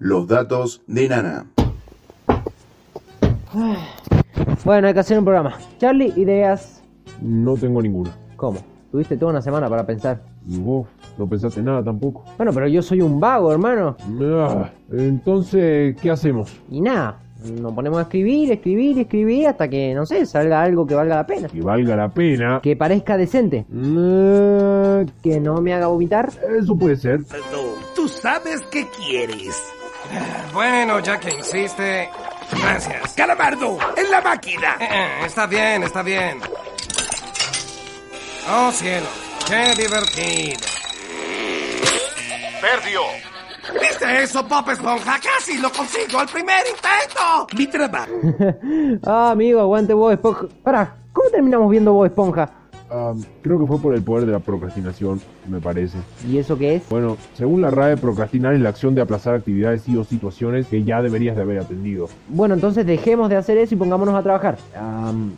Los datos de Nana. Bueno, hay que hacer un programa. Charlie, ideas. No tengo ninguna. ¿Cómo? Tuviste toda una semana para pensar. Y vos no pensaste nada tampoco. Bueno, pero yo soy un vago, hermano. Ah, entonces, ¿qué hacemos? Y nada, nos ponemos a escribir, escribir, escribir hasta que, no sé, salga algo que valga la pena. Que valga la pena. Que parezca decente. Ah, Que no me haga vomitar. eso puede ser. Tú sabes qué quieres. Bueno, ya que insiste. Gracias. Calamardo, en la máquina. Eh, eh, está bien, está bien. Oh, cielo. Qué divertido. Perdió. ¿Viste eso, Pop Esponja? Casi lo consigo al primer intento. Mi trabajo. ah, amigo, aguante Bob Esponja. Pará, ¿cómo terminamos viendo Bob Esponja? Ah, creo que fue por el poder de la procrastinación, me parece. ¿Y eso qué es? Bueno, según la RAE, procrastinar es la acción de aplazar actividades y o situaciones que ya deberías de haber atendido. Bueno, entonces dejemos de hacer eso y pongámonos a trabajar. Am,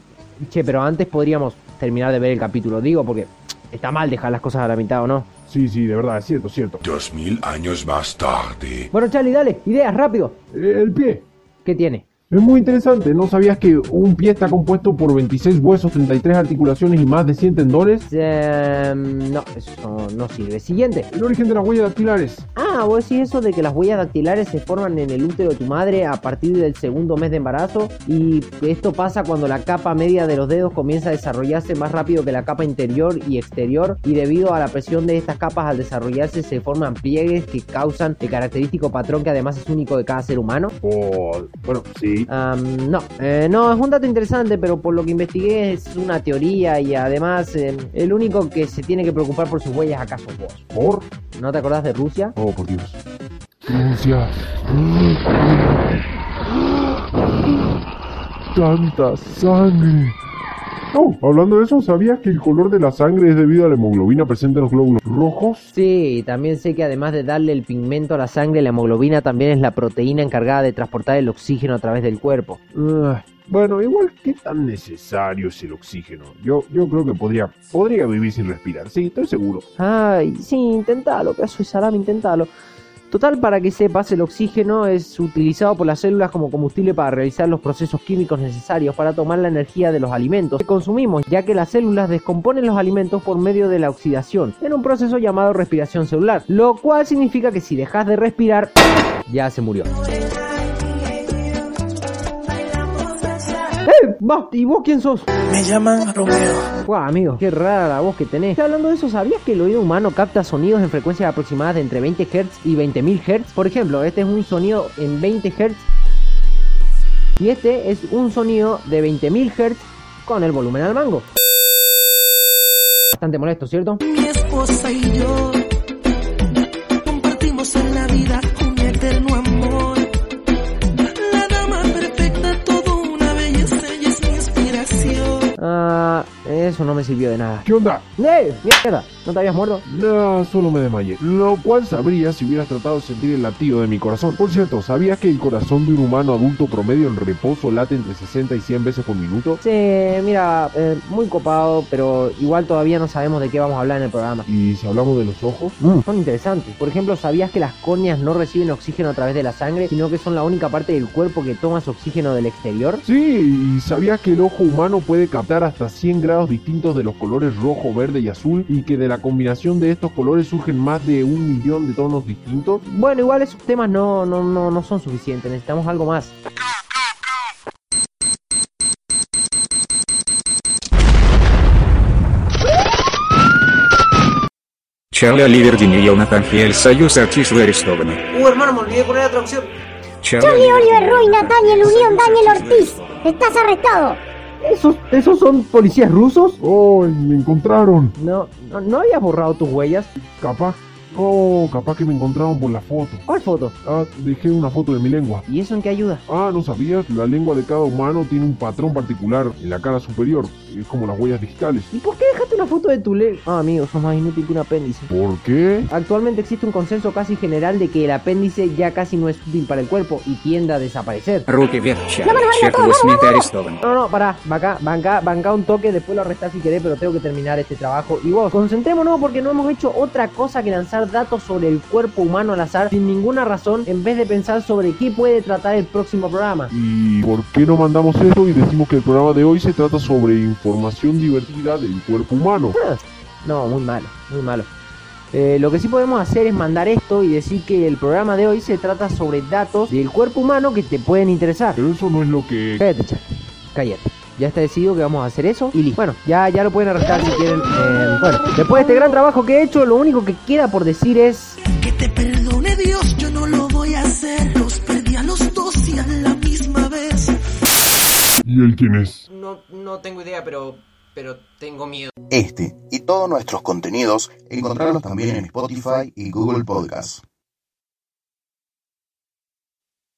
che, pero antes podríamos terminar de ver el capítulo, digo, porque está mal dejar las cosas a la mitad, ¿o no? Sí, sí, de verdad, es cierto, cierto. Dos mil años más tarde. Bueno, Charlie, dale, ideas, rápido. Eh, El pie. ¿Qué tiene? Es muy interesante, ¿no sabías que un pie está compuesto por 26 huesos, 33 articulaciones y más de 100 tendones? Em, no, eso no sirve. Siguiente. El origen de las huellas dactilares. Ah, vos decís eso de que las huellas dactilares se forman en el útero de tu madre a partir del segundo mes de embarazo y esto pasa cuando la capa media de los dedos comienza a desarrollarse más rápido que la capa interior y exterior y debido a la presión de estas capas al desarrollarse se forman pliegues que causan el característico patrón que además es único de cada ser humano. Oh, bueno, sí. Am, no, Eh, no, es un dato interesante, pero por lo que investigué es una teoría y además eh, el único que se tiene que preocupar por sus huellas acaso sos vos. ¿Por? ¿No te acordás de Rusia? Oh, por Dios. Rusia. Tanta sangre. Oh, hablando de eso, ¿sabías que el color de la sangre es debido a la hemoglobina presente en los glóbulos rojos? Sí, también sé que además de darle el pigmento a la sangre, la hemoglobina también es la proteína encargada de transportar el oxígeno a través del cuerpo. Ah, bueno, igual, ¿qué tan necesario es el oxígeno? Yo, yo creo que podría, podría vivir sin respirar, sí, estoy seguro. Ay, sí, intentalo, pedazo de salame, intentalo. Total, para que sepas, el oxígeno es utilizado por las células como combustible para realizar los procesos químicos necesarios para tomar la energía de los alimentos que consumimos, ya que las células descomponen los alimentos por medio de la oxidación, en un proceso llamado respiración celular, lo cual significa que si dejas de respirar, ya se murió. ¡Eh! va, ¿Y vos quién sos? Me llaman Romeo. Guau, amigo, qué rara la voz que tenés. Y Hablando de eso, ¿sabías que el oído humano capta sonidos en frecuencias aproximadas de entre 20 Hz y 20.000 Hz? Por ejemplo, este es un sonido en 20 Hz y este es un sonido de 20.000 Hz con el volumen al mango. Bastante molesto, ¿cierto? Mi esposa y yo compartimos en la vida un eterno amor. La dama perfecta, todo una belleza y es mi inspiración. Ah, eso no me sirvió de nada. ¿Qué onda? ¡Ey! ¡Mierda! ¿No te habías muerto? No, solo me desmayé. Lo cual sabría si hubieras tratado de sentir el latido de mi corazón. Por cierto, ¿sabías que el corazón de un humano adulto promedio en reposo late entre 60 y 100 veces por minuto? Sí, mira, eh, muy copado, pero igual todavía no sabemos de qué vamos a hablar en el programa. Y si hablamos de los ojos, son interesantes. Por ejemplo, ¿sabías que las córneas no reciben oxígeno a través de la sangre, sino que son la única parte del cuerpo que toma su oxígeno del exterior? Sí, y sabías que el ojo humano puede captar hasta 100 grados distintos de los colores rojo, verde y azul y que de la combinación de estos colores surgen más de un millón de tonos distintos. Bueno, igual esos temas no, no, no, no son suficientes, necesitamos algo más. Чарли Оливер Дин и Йонатан Хель Союз артишу арестованы. Uh, hermano, me olvidé poner la traducción. Чарли Oliver Roy, Nathaniel Unión, Daniel Ortiz. Estás arrestado. ¿Esos, ¿Esos son policías rusos? ¡Oh, me encontraron! No, no, no habías borrado tus huellas. Capaz... Oh, capaz que me encontraron por la foto. ¿Cuál foto? Ah, dejé una foto de mi lengua. ¿Y eso en qué ayuda? Ah, ¿no sabías? La lengua de cada humano tiene un patrón particular en la cara superior. Es como las huellas digitales. ¿Y por qué dejaste una foto de tu lengua? Ah, amigo, sos más inútil que un apéndice. ¿Por qué? Actualmente existe un consenso casi general de que el apéndice ya casi no es útil para el cuerpo y tiende a desaparecer. Руки вверх, Чарли. Чек Уэсмит арестован. No, no, pará, banca, banca, banca un toque, después lo arrestás si querés, pero tengo que terminar este trabajo. Y vos, concentrémonos porque no hemos hecho otra cosa que lanzar lanzar datos sobre el cuerpo humano al azar sin ninguna razón en vez de pensar sobre qué puede tratar el próximo programa. ¿Y por qué no mandamos eso y decimos que el programa de hoy se trata sobre información divertida del cuerpo humano? No, muy malo, muy malo. Eh, lo que sí podemos hacer es mandar esto y decir que el programa de hoy se trata sobre datos del cuerpo humano que te pueden interesar. Pero eso no es lo que... Cállate, Char. Cállate. Ya está decidido que vamos a hacer eso y listo. Bueno, ya, ya lo pueden arrestar si quieren. Eh, bueno, después de este gran trabajo que he hecho, lo único que queda por decir es... Que te perdone Dios, yo no lo voy a hacer. Los perdí a los dos y a la misma vez. ¿Y él quién es? No, no tengo idea, pero, pero tengo miedo. Este y todos nuestros contenidos encontrarlos también en Spotify y Google Podcasts.